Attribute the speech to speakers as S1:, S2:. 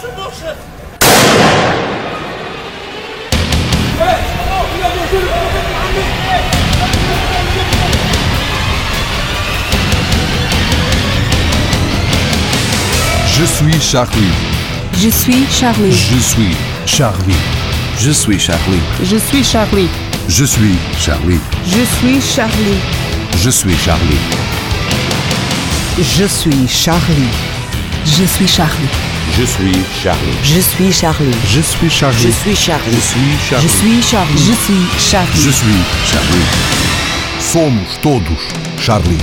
S1: c'est mon chef
S2: Je suis Charlie.
S3: Je suis Charlie.
S2: Je suis Charlie. Je suis Charlie.
S3: Je suis Charlie.
S2: Je suis Charlie.
S3: Je suis Charlie.
S2: Je suis Charlie.
S3: Je suis Charlie. Je suis Charlie.
S2: Je suis Charlie.
S3: Je suis Charlie.
S2: Je suis Charlie.
S3: suis Charlie.
S2: Je suis Charlie.
S3: Charlie. Je suis Charlie.
S2: Je suis Charlie. Somos todos Charlie.